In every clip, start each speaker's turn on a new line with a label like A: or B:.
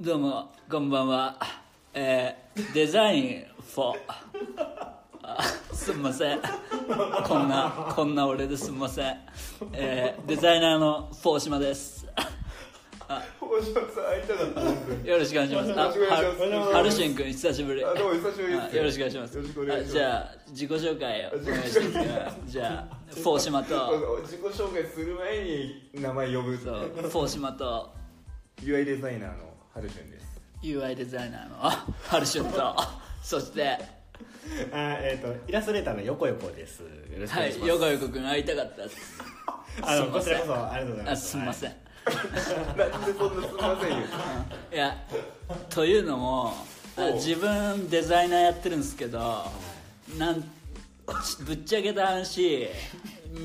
A: どうもこんばんは、えーデザイン4あすんませんこんなこんな俺ですんません、えーデザイナーの4島です
B: 大島さん会いたかったです
A: よろしくお願いします
B: よろしくお願いします
A: あははるしゅんくん久しぶり
B: あどうも久しぶりです
A: あよろしくお願いします
B: よろしくお願いします
A: あじゃあ自己紹介をお願いしますじゃあ4島と
B: 自己紹介する前に名前呼ぶ
A: そう4島と
B: UI デザイナーのハルシュンです
A: UI デザイナーのはるしゅんとそして
C: あえっ、とイラストレーターの横横です。よろしくお
A: は
C: 願いし
A: い、
C: ます。
A: ヨガヨコ君会いたかったです。
C: あ
A: すい
C: の
A: ま
C: こ
A: せん
C: ちらこそありがとうござい
A: あ、
C: ます。
A: すみません。
C: はい
A: い、
B: なんでそんなすみませんよ
A: や、というのも、あ
B: おう
A: 自分デザイナーやってるんですけど、なん、ぶっちゃけた話、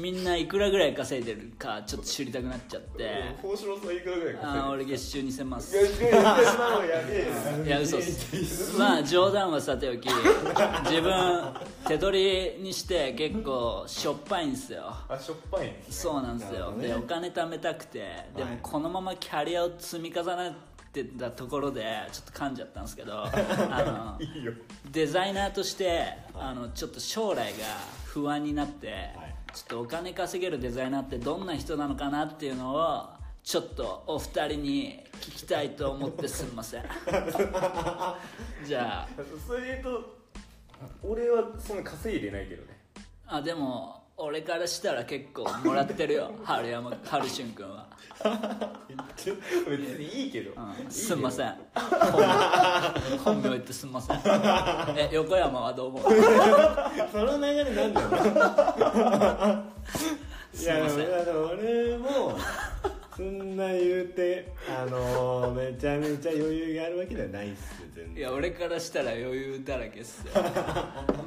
A: みんないくらぐらい稼いでるかちょっと知りたくなっちゃって、
B: 大島さんいくらぐらい
A: あー
B: か
A: 俺月収2000万っす。
B: いやいやいやそんなのやべえ
A: いや嘘っすまあ冗談はさておき自分手取りにして結構しょっぱいんですよ
B: なあしょっぱいね
A: そうなんです
C: なる
A: よ、
C: ほどね
A: でお金貯めたくてで
C: は
A: も
C: い
A: このままキャリアを積み重ねてたところでちょっと噛んじゃったんですけ どあの
B: いいよ
A: デザイナーとしてあのちょっと将来が不安になって、
C: はい
A: ちょっとお金稼げるデザイナーってどんな人なのかなっていうのをちょっとお二人に聞きたいと思ってすみま せんじゃ
B: それで言うと俺はそんな稼いでないけどね
A: ああでも俺からしたら結構もらってるよ春山春俊君は。
B: 別にいいけど
A: うんすんません本名本名言ってすんません え横山はどう思う
C: その流れなんだよ。い
A: すい
C: や
A: ません
C: でもでも俺もそんな言うてあのめちゃめちゃ余裕があるわけではないっす全
A: い
C: 然。
A: や俺からしたら余裕だらけっす よ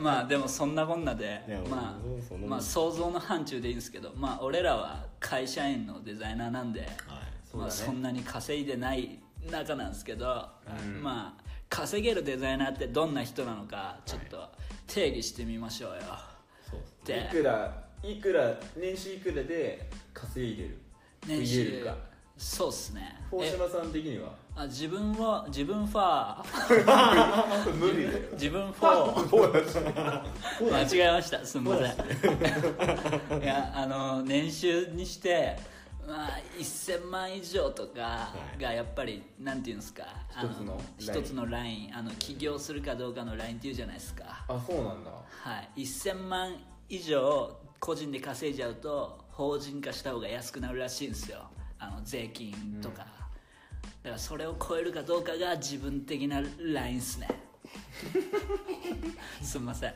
A: まあでもそんなこんなで
C: いや
A: ま
C: もうそ
A: あ
C: んなもん
A: まあ想像の範疇でいいんですけどまあ俺らは会社員のデザイナーなんで、
C: はい
A: まあ、そんなに稼いでない中なんですけど、まあ稼げるデザイナーってどんな人なのかちょっと定義してみましょうよ
C: そう
A: で
B: いくらいくら年収いくらで稼いでる
A: 年
B: 言え
A: 収
B: るか
A: そうっすね
B: 大
A: え
B: 島さん的には
A: あ自分は自分フ ァー
B: 無理だよ
A: 自分フォー 間違えましたすみません いやあの年収にしてまあ1000万以上とかがやっぱりなんていうんですかあ
B: 一つのライ
A: 一つのライ
B: ン
A: ンあの起業するかどうかのラインっていうじゃないですか
B: あそうなんだ
A: はい1000万以上個人で稼いじゃうと法人化した方が安くなるらしいんですよあの税金とか、だからそれを超えるかどうかが自分的なラインっすね すんません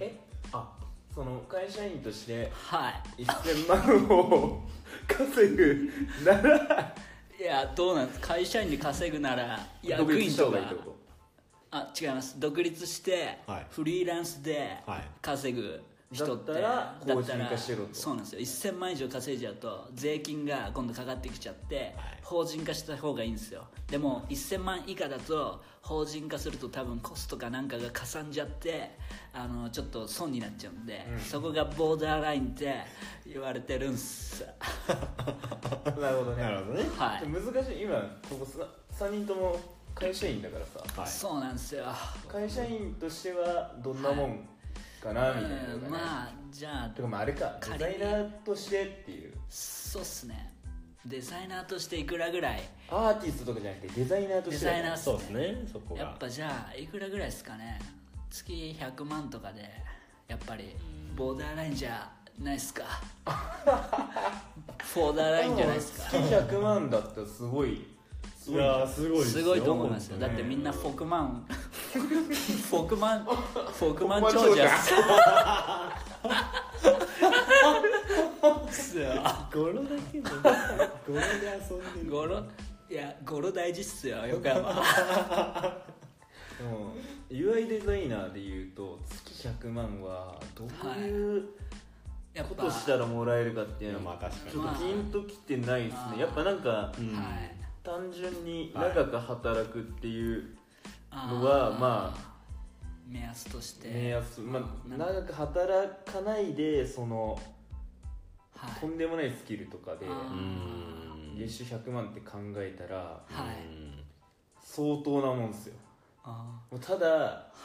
B: えあその会社員として
A: は
B: 1000万を稼ぐなら
A: いいやどうなんです会社員で稼ぐなら
B: 独
A: 役
B: 立
A: 員
B: した
A: と
B: 方
A: か
B: がいいってこ
A: あ違います独立して、
C: はい
A: フリーランスで
C: はい
A: 稼ぐ人って
B: だったら
A: だ
B: 法
A: った
B: 人
A: ら
B: 化しろと
A: そうなんですよ1000万以上稼いじゃうと税金が今度かかってきちゃって、法人化した方がいいんですよでも1000万以下だと法人化すると多分コストかなんかがかさんじゃってあのちょっと損になっちゃうんで、そこがボーダーラインって言われてるんす
B: となるほどね
C: なるほどね。
A: はい
B: 難しい今ここさ3人とも会社員だからさ
C: はい。
A: そうなんですよ
B: 会社員としてはどんなもんかなみたいなの
A: うん
B: がね
A: まあじゃあ
B: てかまああれか
A: 仮
B: デ
A: に
B: ザイナーとしてっていう
A: そうっすねデザイナーとしていくらぐらい
B: アーティストとかじゃなくてデザイナーとしてだ
A: デザイナー
C: そうですねそこが。
A: やっぱじゃあいくらぐらいですかね月100万とかでやっぱりボーダーラインじゃないっすかボーダーラインじゃないっすか
B: 月100万だったらすごいす
C: い
B: ごいな
C: やすごいです
A: す
C: よ
A: ごいと思いますよだってみんなフォクマン フォクマ ンフォクマン長者っすよ
C: ゴロだけでゴロで遊んでる。
A: ゴロいやゴロ大事っすよ横 山
B: うん UI デザイナーでいうと月100万はどういう
A: やっ
B: こ
A: ぱ
B: としたらもらえるかっていうの
C: まあ
B: は
C: 確か
B: ち
C: に
B: ょ。っとピンときてないです
A: まあ
B: ねやっぱなんか
C: うん
A: はい
B: 単純に長く働くっていうの
A: あ
B: は
A: ー
B: ま
A: 目安として
B: 目安まあ
A: なんか
B: 長く働かないでその
A: はい
B: とんでもないスキルとかで
A: あー
C: うん
B: 月収100万って考えたら
A: は
C: う
A: い
C: ん
B: 相当なもんですよ
A: あ
B: もうただ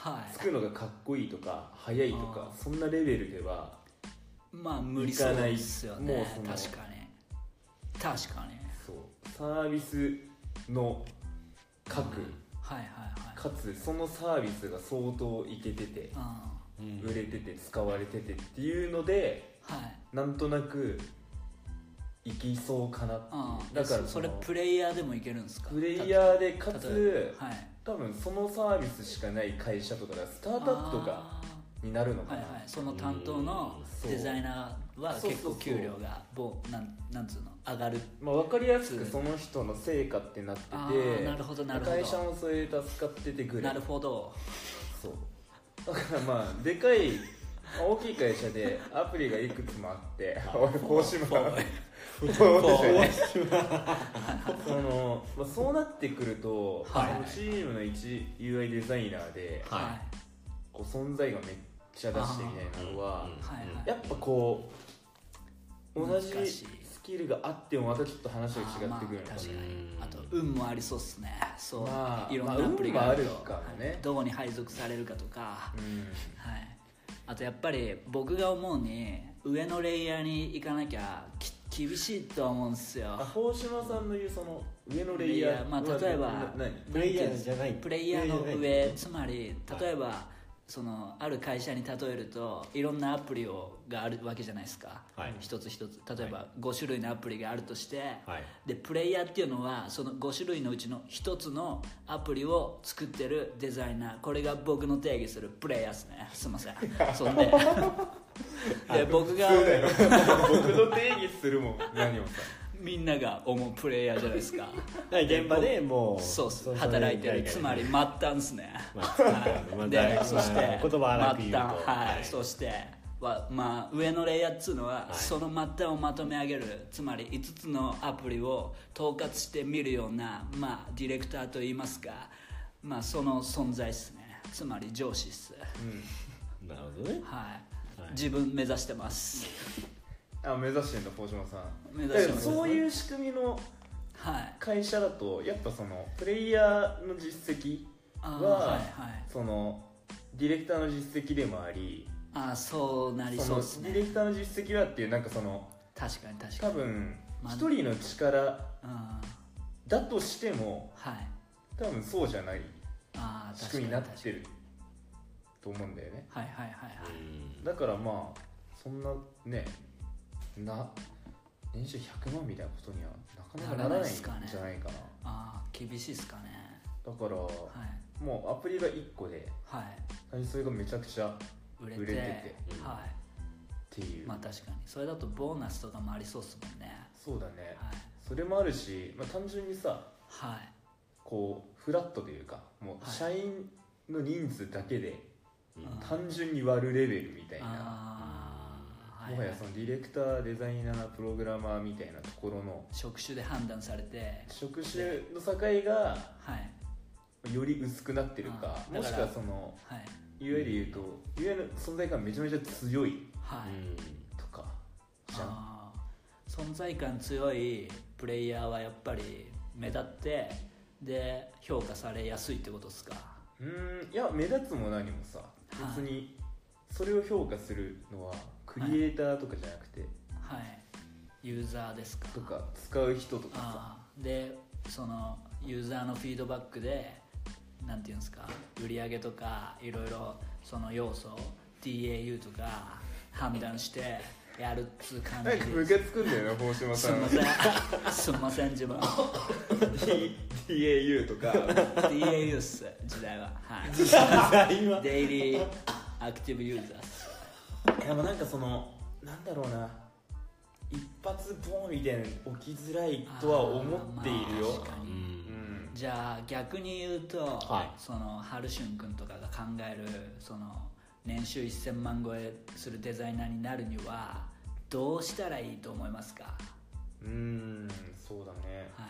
A: ーは
B: つくのがかっこいいとか早いとかそんなレベルではい
A: まあ無理そうですよね
B: いかないもうその
A: 確かに確かに
B: そうサービスの核
A: はいはいはい
B: かつそのサービスが相当いけてて
A: うん
B: 売れてて使われててっていうので
A: はい
B: なんとなくいきそうかなって
A: うん
B: いうだから
A: そそれ
B: の
A: プレイヤーでもいけるんですか
B: プレイヤーでか
A: 例え
B: つ
A: ばはい
B: 多分そのサービスしかない会社とかだスタートアップとかになるの
A: あー
B: か
A: はい
B: な、
A: はいその担当の
B: そう
A: デザイナーは
B: そう
A: 結
B: そう
A: 構
B: そう
A: 給料がぼなんなんつうの上がる
B: まあ、分かりやすくその人の成果ってなって
A: あ
B: て
A: ーなるほどなるほど
B: 会社もそれ助かっててぐら
A: ないるほど
B: そうだからまあでかいまあ大きい会社でアプリがいくつもあって 俺こうしますそうです よねその、まあ、そうなってくると、
A: はい
B: そのチームの一 UI デザイナーで
C: はい
B: こう存在感めっちゃ出してみたいなのは、
A: はいはい
B: やっぱこう同じ
A: 難しい
B: スキルがあってもまたちょっと話が違
A: あ
B: って
A: ーまあ
B: くるのかな
A: 確かに
C: うん
A: あと運もありそうっすねそう、
B: まあ
A: いろんなアプリがると、
B: まあ運もあるからね
A: はいどこに配属されるかとか、
B: うん
A: はい、あとやっぱり僕が思うに上のレイヤーに行かなきゃき厳しいと思うんすよ
B: あ大島さんの言うその上のレイヤー
A: レイヤーまあ例えば
B: はな何
C: プレイヤーじゃない
A: プレイヤーの
C: プレイヤーじゃ
A: 上つまり例えば、そのある会社に例えるといろんなアプリをがあるわけじゃないですか、
C: はい
A: 一つ一つ例えば5種類のアプリがあるとして、
C: はい
A: でプレイヤーっていうのはその5種類のうちの1つのアプリを作ってるデザイナーこれが僕の定義するプレイヤーですねすいません そんでで僕が
B: そうだよ 僕の定義するもん何もさ
A: みんなが思うプレイヤーじゃないですか
C: はい現場でもう
A: そうっす働いてるつまり末端っすね
C: まあま あ
A: で
C: まあ
A: そして
C: 言葉荒く言うと
A: 末端はい、
C: はい
A: そしてはまあ、上のレイヤーっつうのは、
C: い
A: その末端をまとめ上げるつまり5つのアプリを統括して見るような、まあ、ディレクターといいますか、まあ、その存在っすねつまり上司っす、
C: なるほどね
A: はい
C: はい
A: 自分目指してます
B: あ目指してんだ大島さん
A: 目指して
B: だ
A: ま
B: から
A: す
B: そういう仕組みの
A: はい
B: 会社だとやっぱそのプレイヤーの実績
A: あ
B: は
A: ー、はいはい
B: そのディレクターの実績でもあり
A: あーそうなり
B: そ
A: そう
B: の
A: っ
B: デ
A: す
B: ィレ
A: ね
B: クターの実績はっていうなんかその
A: 確かに確か
B: 多
A: に
B: 分
A: まあ
B: 一人の力
A: うんはい
B: だとしても多分そうじゃない
A: ああ
B: 仕
A: 確か
B: 組
A: に
B: みになっ
A: 確か
B: てると思うんだよね
A: にはいはいはいはい
B: だからまあそんなねな年収100万みたいなことにはなかなかならないんじゃないかな
A: ああ厳しいっすかね
B: だから、
A: はい
B: もうアプリが1個で
A: はい
B: それがめちゃくちゃっ
A: 売れて
B: 売れてて
C: うん
A: は
B: てい
A: い、
B: う、
A: まあ確かにそれだとボーナスとかもありそうっすもんね
B: そうだね
A: はい
B: それもあるし、まあ、単純にさ
A: はい
B: こうフラットというかもう
A: はい
B: 社員の人数だけで
C: うん
A: うん
B: 単純に割るレベルみたいな、
A: ああ
B: も
A: は
B: はいやそのディレクターデザイナープログラマーみたいなところの
A: 職種で判断されて
B: 職種の境が
A: はい
B: より薄くなってるか
A: あー
B: もしく
A: だから
B: はその
A: はい
B: いわゆる言うと、いわゆる存在感めちゃめちゃ強い
A: はい、
B: とかじゃん
A: あー存在感強いプレイヤーはやっぱり目立ってで評価されやすいってことっすか
B: うーんいや目立つも何もさ
A: はい
B: 別にそれを評価するのはクリエイターとかじゃなくて、
A: はいユーザーですか
B: とか使う人とかさ
A: あーでそのユーザーのフィードバックでなんていうんですか売り上げとかいろいろその要素 DAU とか判断してやるっつう感じ
B: なんかム
A: で
B: カつくんだよな大島
A: す
B: さ
A: んま
B: ん
A: せん すんません自分
B: D- DAU とか
A: DAU っす時代ははいデイリーアクティブユーザーっす
B: でもなんかそのなんだろうな一発ボンみたいなの起きづらいとは思っているよ、
A: あーまあ確か
C: う
A: に
B: うん
A: じゃあ逆に言うと、
C: はい
A: そのハルシュン君とかが考えるその年収1000万超えするデザイナーになるにはどうしたらいいと思いますか、
B: うーんそうだね
A: は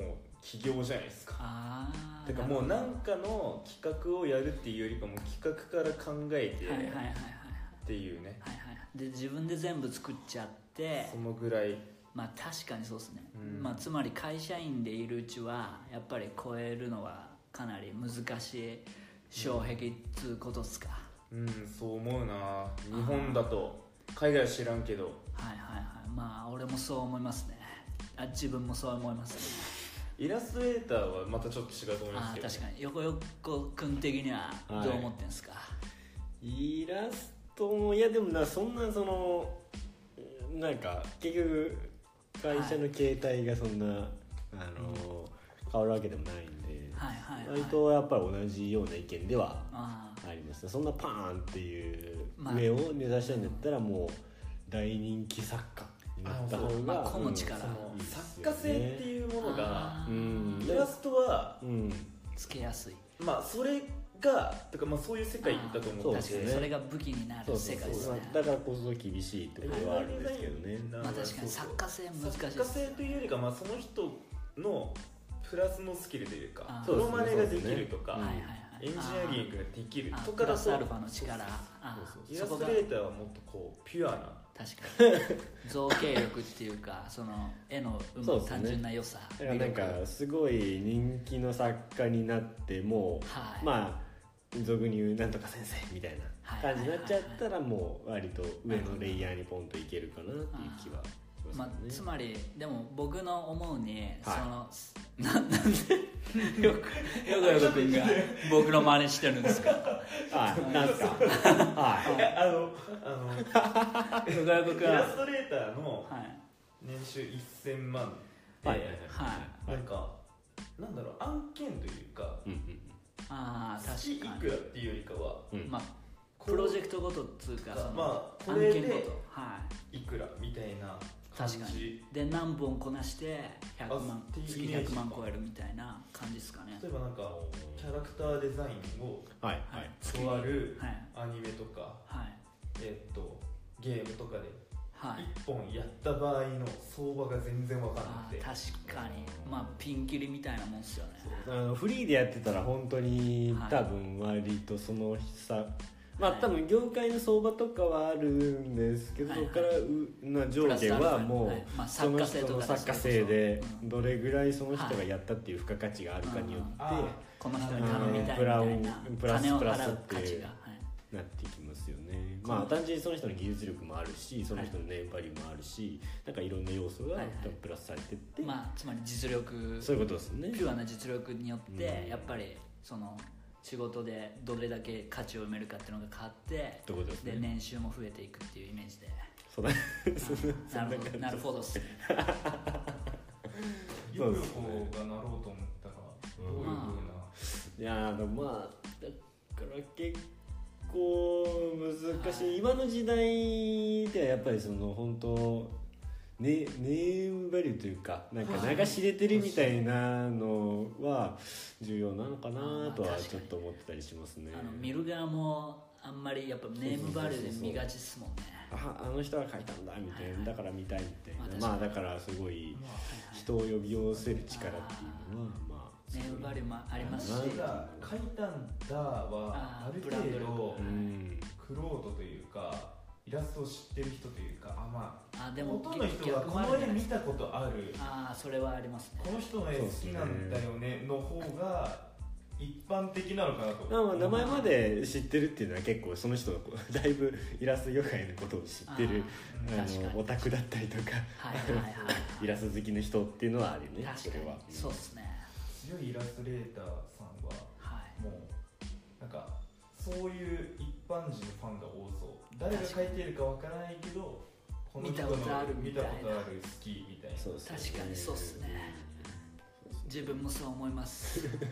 A: い、
B: もう起業じゃないですか
A: ああ
B: てかもう何かの企画をやるっていうよりかもう企画から考えて
A: はいはいはいはいはい
B: っていうね
A: はいはいで自分で全部作っちゃって
B: そのぐらい
A: まあ確かにそうですね、まあ、つまり会社員でいるうちはやっぱり超えるのはかなり難しい障壁っつうことっすか、
B: うんそう思うな日本だと海外は知らんけど
A: はいはいはいまあ俺もそう思いますねあ自分もそう思います、
B: イラストレーターはまたちょっと違うと思いま
A: あ
B: す
A: あ
B: けど
A: 確かに横横君的にはどう思ってんすか、
C: イラストもいやでもなそんなそのなんか結局会社の携帯がそんな、あの変わるわけでもないんで、
A: はい、はいはい
C: 割とやっぱり同じような意見では
A: あ
C: ありますねそんなパーンっていう
A: まあ
C: 上を目指したいんだったらもう大人気作家になった方
B: あ
C: が、
B: そう
C: うん
A: まあ個の力
B: その
C: いいっす
B: 作
C: よ
B: 家
C: ね
B: 性っていうものが
A: あ
C: うん
B: イラストは
C: うん
A: あつけやすい
B: まあそれがとかまあそういう世界だと思
A: 確か
B: うん
A: に
C: そうですね
A: それが武器にな
C: そ
A: る
C: うそ
A: 世
C: う
A: 界です
C: そう
A: ね
C: だからこそ厳しいってことはあるんですけどね
A: まあ確かに作家性難しいです
B: 作家性というよりかまあその人のプラスのスキルという
A: あ
B: か
A: ー
B: プロマネができるとか
C: そう
A: はいはい
C: ですね
A: はい
B: エンジニアリングができる
A: ああ
B: とか
A: プ
B: だ
A: ラ
B: と
A: スアルファの力あ
C: そう
B: イ
A: そ
B: ラ
A: こ
B: スト
A: が
B: レーターはもっとこうピュアな
A: 確かに造形力っていうかその絵のう
C: そう
A: ま
C: ですね
A: 単純な良さ
C: だからなんかすごい人気の作家になってもう、
A: はい
C: まあ俗に言うなんとか先生みたい
A: はい
C: な感じになっちゃったらもう割と上のレイヤーにポンといけるかなっていう気はし
A: ま
C: ま
A: あ、
C: す
A: つ
C: よね。
A: まりでも僕の思うに、
C: は
A: そのななんでよくよくよく君が僕の真似してるん ですか
C: はい、なんすか。はい
B: やあの
A: よ
B: あ
A: くよく
B: のイ
A: 君は
B: ラストレーターの
A: はい
B: 年収1000万で、
C: はい
A: はい
B: なんかなんだろう案件というか
C: い。うんうん
A: ああ
B: 月い
A: 確か
B: くらっていうよりかは
C: う
A: に
C: ん。
A: まあプロジェクトごとっつうかその、
B: まあこ
A: 案
B: れで
A: 件ごとはい
B: くらみたいな感
A: 確か
B: じ
A: にで何本こなして100万
B: あ
A: 月
B: イメージ
A: 100万超えるみたいな感じですかね
B: 例えばなんかキャラクターデザインを
C: はいはい。
A: はい月に
B: とある
A: はい
B: アニメとか、
A: はい
B: えっとゲームとかで
A: はい
B: 1本やった場合の相場が全然わかんな
A: あ
B: くて
A: ー確かにまあピンキリみたいなもんっすよね
C: あのフリーでやってたら本当に
A: はい
C: 多分割とそのさまあ多分業界の相場とかはあるんですけど、
A: はいはい
C: そこからうな条件はも
A: プラスアルファねはいうまあ作家性
C: その人
A: と
C: の
A: か
C: 作家性で
A: そうそう
C: どれぐらいその人がやったっていう付加価値があるかによ
A: うん
B: あ
C: っ
A: この人に頼みたいみたいな
C: うんプラス
A: 金を
C: プラス
A: 払う
C: プ
A: 価
C: ラスって
A: 値
C: いう
A: がはい
C: てなってきますよねまあ単純にその人の技術力もあるしその人の年配もあるしなんかいろんな要素が
A: はいはい
C: プラスされてって
A: まあつまり実力
C: そういうことですね
A: ピュアな実力によって
C: うん
A: やっぱりその仕事でどれだけ価値を埋めるかっていうのが変わって
C: ってことですね
A: で年収も増えていくっていうイメージで
C: そうだそん な
A: なるほどなるほどっすね
B: よくよこうがなろうと思ったらどういうふうない
C: やーでもまあだから結構難しい、今の時代ではやっぱりその本当ねネームバリューというかなんか
A: はい
C: 流し入れてるみたいなのは重要なのかなと
A: まあ確
C: は
A: か
C: ちょ
A: に
C: っと思ってたりしますね
A: あの見る側もあんまりやっぱネームバリューで見がちっすもんね
C: ああの人が書いたんだみたいなだから見たいみたいな
A: ま
C: ま
A: あ
C: あだからすごい
B: ま
C: 人を呼び寄せる力っていうのはまあ
A: ネームバリューもありますし
C: な
B: あ
C: ん
B: 僕が書いたんだは
A: あー
B: ある
A: ブランド
B: 程
A: 力
B: 度
C: うん
B: クロードというかイラストを知ってる人というかあまあ
A: あでも
B: ほとんどの人は
A: 逆
B: こ
A: もある
B: の
A: じゃ
B: 絵
A: ないで
B: 見
A: す
B: たことある
A: ああそれはありますね
B: この人の絵好きなんだよねの方が一般的なのかなと
C: まあま
B: 思
C: あ
B: う
C: 名前まで知ってるっていうのは結構その人のこうだ いぶイラスト業界のことを知ってる
A: あー
C: あ
A: 確かに
C: のオタクだったりとか
A: はいはいはいは
C: イラスト好きの人っていうのはあるよ
A: い
C: ね
A: 確
C: そ
A: か
C: れ
A: に
C: は
A: そうっすね
B: 強いイラストレーターさんは
A: はい
B: もうなんかそういう一般人のファンが多そう誰が書いてるかわからないけどこの人の
A: 見たことあるみ
B: 見
A: た
B: た
A: いな
B: ことある好きみたいな
C: そうそう
A: 確かにそうっすね自分もそう思います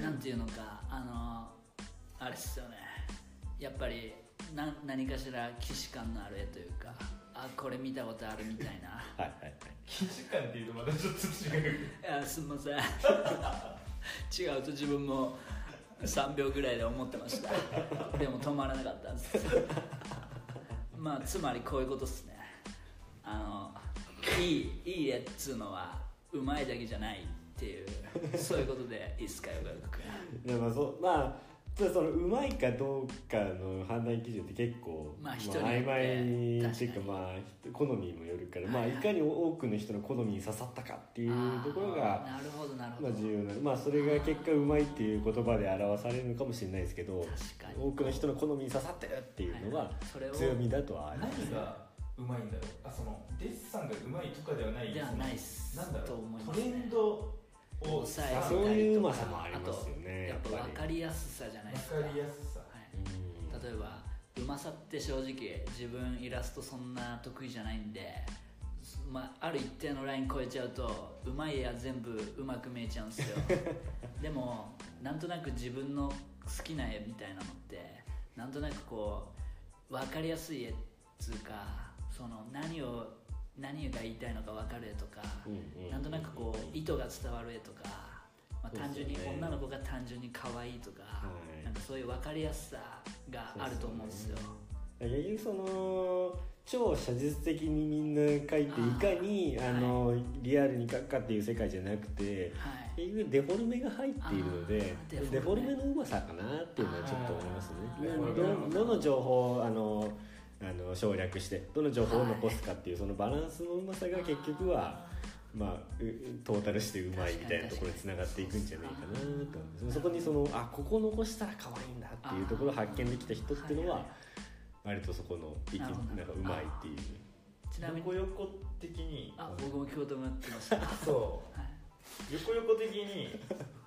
A: なんていうのかあのあれっすよねやっぱりな何かしら既視感のある絵というかあこれ見たことあるみたいな
C: はいはいはい
B: 記事感っていうとまたちょっと違う
A: いやすんません違うと自分も3秒ぐらいで思ってましたでも止まらなかったんですまあつまりこういうことっすねあのいいいい絵っつうのはうまいだけじゃないっていうそういうことでいいっすかよくよく
C: でまあそうまあただそのうまいかどうかの判断基準って結構、
A: まあ人によって
C: 曖昧に
A: 確か
C: ってい
A: に
C: うかまあ人好みもよるから、
A: はいいはい
C: まあ、いかに多くの人の好みに刺さったかっていうところ
A: あ
C: が
A: ーなるほどなるほ
C: ま
A: ど、
C: あ、重要なまあそれが結果うまいっていう言葉で表されるのかもしれないですけど
A: 確かに
C: 多くの人の好みに刺さってるっていうの
A: はい
C: は
A: はいそれを
C: 強みだとは
D: 何がうまいんだろうあそのデッサンがうまいとかではない
A: ではないっ
D: そ
A: す
D: のなんだろ
A: と思いうま
D: ト
A: すね
D: レンドを
A: 抑
D: あ
A: え
C: そう
D: わ
C: いううまさもありますよね
A: あと
C: や
A: や
C: っ
A: っぱ
C: ぱ
A: 分
C: り
A: かりやすさじゃないですか
D: かりやすさ
A: はい
C: うん
A: 例えばうまさって正直自分イラストそんな得意じゃないんで、まあ、ある一定のライン超えちゃうとうまいや全部うまく見えちゃ うんですよでもなんとなく自分の好きな絵みたいなのってなんとなくこう分かりやすい絵っつうかその何を何が言いたいのか分かる絵とか、
C: うんうん
A: なんとなくこう意図が伝わる絵とか、まあ、単純に
C: そうですよね
A: 女の子が単純に可愛いとか、
C: い
A: なんかそういう分かりやすさがあると思うんですよ
C: 結局その超写実的にみんな描いていかに
A: あ
C: あ
A: ー
C: の、リアルに描くかっていう世界じゃなくて
A: はい
C: 結局デフォルメが入っているので
A: あー
C: デ
A: デフォル
C: フ
A: メ
C: ォルメのうまさかなっていうのはちょっと思います
A: あー
C: ねどどの情報をあのあの省略してどの情報を残すかっていうそのバランスのうまさが結局はまあうトータルしてうまいみたいなところにつながっていくんじゃないかなと思うんですそこにそのあここ残したら可愛いんだっていうところを発見できた人っていうの
A: あー
C: は割とそこの生き
A: な
C: なん
A: るほど
C: かうまいっていう
A: ちなみ
D: 横
A: に
D: 横的に
A: あ僕も聞こうと思って ました、はい、
D: そう横横的に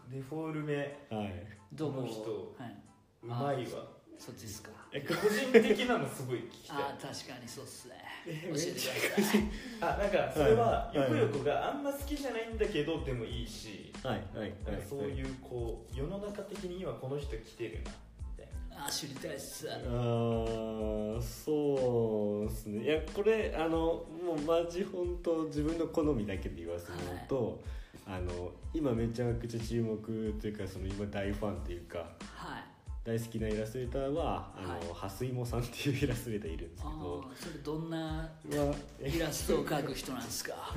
D: デフォルメ
C: はい
A: どうも
D: この人
A: はいう
D: まいわ
A: そっちですか
D: え個人的なのすごい聞きたい
A: あー確かにそうっすね教えてください
D: あなんかそれは
C: はい
D: 横横があんま好きじゃないんだけどでもいいし
C: はいはい
D: なん
C: は
D: か
C: い
D: そういうこう世の中的に今この人来てるなみたい
A: あー知りたいっす
C: あーそうですねいやこれあのもうマジ本当自分の好みだけで言わせてもらうと、あの今めちゃくちゃ注目というかその今大ファンというか
A: はい
C: 大好きなイラストレーターはあの、
A: はい
C: 蓮芋さんっていうイラストレーターいるんです
A: あ
C: けど
A: ーそれどんな
C: はえ
A: イラストを描く人なんですか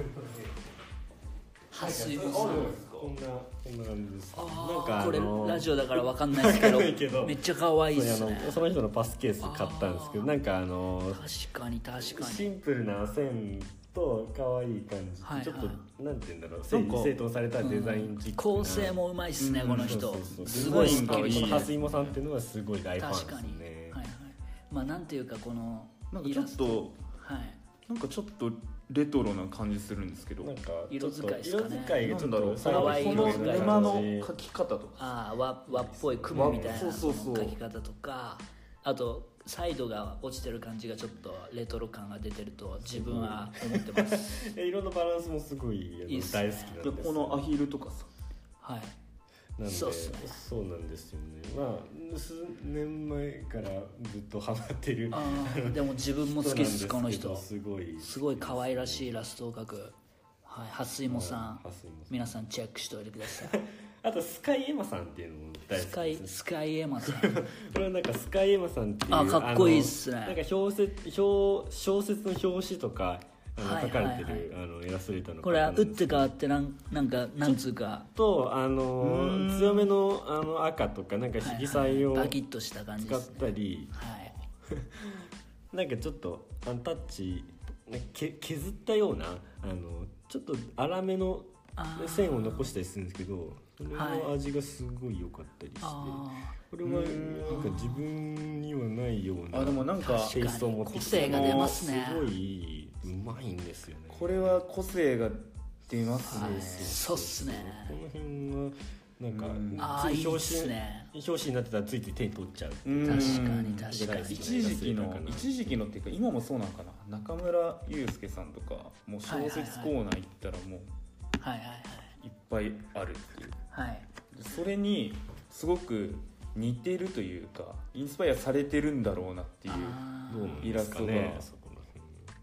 A: はすい
D: な
A: ま
D: あ
A: せん
D: るんですか
C: こんなこんな感じです
A: あ
C: なん
A: ーこれラジ
C: オ
A: オだから分かんないですけ
C: わ
A: ど
C: かんないけど
A: めっちゃ可愛いっす
C: そ
A: ね
C: のその人のパスケース買ったんですけど
A: あー
C: なんかあの
A: 確かに確かに
C: シンプルな線と可愛い感じ、
A: はいはい
C: ちょっとなんて言うんだろう整
A: なんか
C: 整頓されたデザインチックな
A: 構成もうまいっすね
C: うん
A: この人
C: そうそうそう
A: すごい
C: デ
A: スッ
C: ザイン
A: キ
C: も
A: リ
C: こ
A: し
C: の
A: て
C: 蓮芋さんっていうのはすごい大ファン
A: 確か
C: で
A: に
C: すね
A: はいはいまあなんていうかこの
E: なんか
A: イ
E: ちょ
A: ラ
E: っ
A: スト
E: と
A: はい
E: なんかちょっとレトロな感じするんですけど
C: なんかちょ
A: 色
C: っと
A: 使いですかね
C: 色使いがちょっ
E: な
C: と
E: んだろう
A: 可愛い
E: この
A: 色使い
E: 馬の描き方とか
A: ああ和和っぽい雲みたいな
E: そうそうそう
A: の描き方とかあとサイドが落ちてる感じがちょっとレトロ感が出てると自分は思ってます
C: え色のバランスもすごいあの
A: いいっすね
C: 大好きなんです
E: でこのアヒルとかさ
A: はい
C: なんで
A: そ
C: そうう
A: っすね
C: なんですよねまあ数年前からずっとハマってる
A: あーでも自分も好きっすこの
C: 人な
A: 人
C: んですけどすごい
A: すごい可愛らしいイラストを描くはい蓮芋さん
C: 蓮芋さん
A: 皆さんチェックしておいてください
C: あとスカイエマさんっていうのも大好
A: ス
C: き
A: カ
C: で
A: イ
C: すね
A: スカイエマさん
C: これはなんかスカイエマさんっていう
A: あかっこいいっすね
C: あのなんか表説表小説の表紙とかあの
A: はい
C: 書かれてる、
A: はい
C: あのイラストレーターの
A: これは打
C: 打
A: って変わってなんなんかなんつうか
C: とあの強めのあの赤とかなんか色彩を
A: バキ
C: 使
A: ッとした感じで
C: っ
A: すね
C: たり、
A: はい
C: なんかちょっとアンタッチなんかけ削ったようなあのちょっと粗めの
A: あー
C: 線を残したりするんですけどそれ
A: は
C: の味がすごい良かったりして、
A: あ
C: これはなんか自分にはないような
E: あでもなんか
A: 確かに
C: テイストを持ってきて
A: 個性が出ますね
C: すごいうまいんですよね
E: これは個性が出ます
A: あ
E: ね
A: そうっすね
C: この辺はなん
A: あ
C: か
A: ー
C: つ
A: いいっ
C: 表
A: す
C: 紙
A: ね
C: 表紙になってたらついつい手に取っちゃう
E: うん
A: 確かに確か
C: ぐらい
A: に
C: です
E: 一時期
C: なんか
E: の
C: な
E: 一時期のっていうか今もそうなのかな中村悠介さんとかもう小説コーナー行ったらも
A: はいは
E: ういっぱいあるっていう
A: いはいはい
E: それにすごく似てるというかインスパイアされてるんだろうなっていう
A: あー
C: どうなんですか
E: イラ
C: ね
E: ス
C: そこら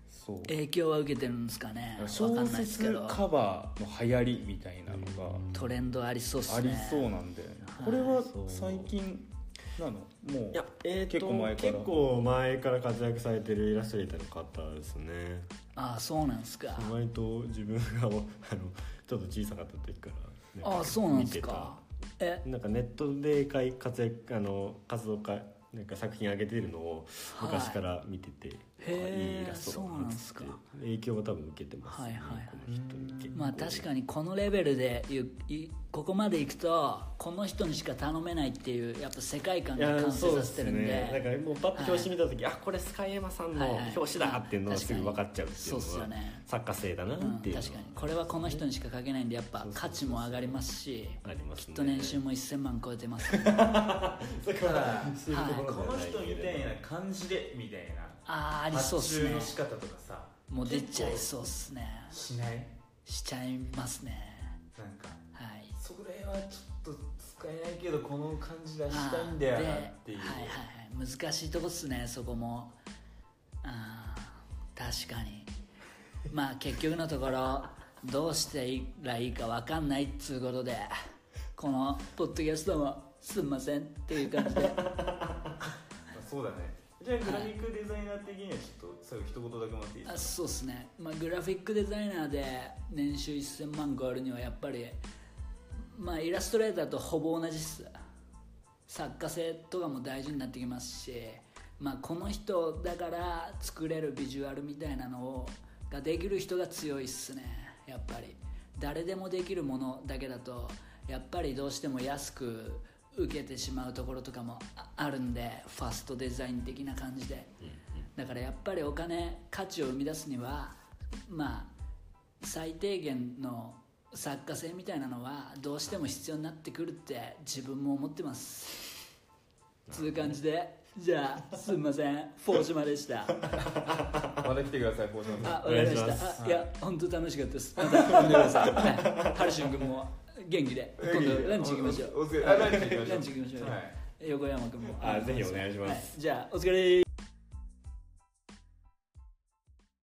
E: そう
A: 影響は受けてるんですかねわか
E: 小
A: んないですけ
E: 説
A: ど
E: カバーの流行りみたいなのが
A: トレンドありそうっす
E: あり
A: ね
E: そうなんで
A: い
E: これは
C: そう
E: 最近なのも
C: 辺いうや、えー、
E: 結
C: と
E: 構前から
C: 結構前から活躍されてるイラストレーターの方ですね
A: ああそうなんすか
C: 割と自分があのちょっと小さかった時からね
A: ああそうなんす
C: 見てた
A: かえ
C: なんかネットでかい活躍あの活動かなんか作品上げてるのを
A: はい
C: 昔から見てて、
A: へー
C: いいイラストだ
A: そうなん
C: っ
A: す
C: つって
A: か
C: 影響は多分受けてます、ね
A: はいはい
C: この人に結構
A: まあ確かにこのレベルでゆいここまでいくとこの人にしか頼めないっていうやっぱ世界観
C: い
A: が
C: や
A: 完成
C: そう
A: さ
C: で
A: せ
C: す
A: てるんで
C: ねだからもうパッと表紙見た時、あこれスカイエマさんの
A: はいはい
C: 表紙だっていうの
A: う
C: は
A: ん
C: すぐ分かっちゃうっていう
A: 確かに
C: のは、
A: そうっすよね
C: 作家性だなっ
A: うん
C: ていうのは
A: 確かにこれはこの人にしか書けないんでやっぱ価値も上がりますし
C: あります
A: き
C: ね
A: っと年収も1000万超えてますんで
D: だからこの
C: そういうところではないけれど
D: 人みたいな感じでみたいな
A: あああり
D: 発
A: そうっす
D: 注
A: ね
D: の仕方とかさ
A: もう出ちゃいそうっすね
D: しない
A: しちゃいますね
D: なんか
A: はい
D: それはちょっと使えないけどこの感じ出したいんだよなっていう
A: あーではいはいはい難しいとこっすねそこもあー確かにまあ結局のところどうしていいらいいか分かんないっつうことでこのポッドキャストもすんませんっていう感 じで
D: まあそうだねじゃあグラフィックデザイナー的にはちょっと最後一言だけもらっていい
A: あ
D: です
A: そうっすね、まあ、グラフィックデザイナーで年収1000万超えるにはやっぱりまあイラストレーターとほぼ同じっす作家性とかも大事になってきますし、まあ、この人だから作れるビジュアルみたいなのをができる人が強いっすねやっぱり誰でもできるものだけだとやっぱりどうしても安く受けてしまうところとかもああるんでファストデザイン的な感じで、だからやっぱりお金価値を生み出すにはまあ最低限の作家性みたいなのはどうしても必要になってくるって自分も思ってますつう感じでじゃあすんませんー島でした
B: また来てください幸島さん
A: あわかりま
C: お願いし
A: したあいや本当楽しかったですまた呼んでください、はい、ハルシュン君も元気で今度ランチ行きましょう
B: おおお疲れあランチ行きましょう
A: ランチ行きましょう、
B: はい
A: 横山君も
C: あぜひお願いします
A: はい、じゃあお疲れ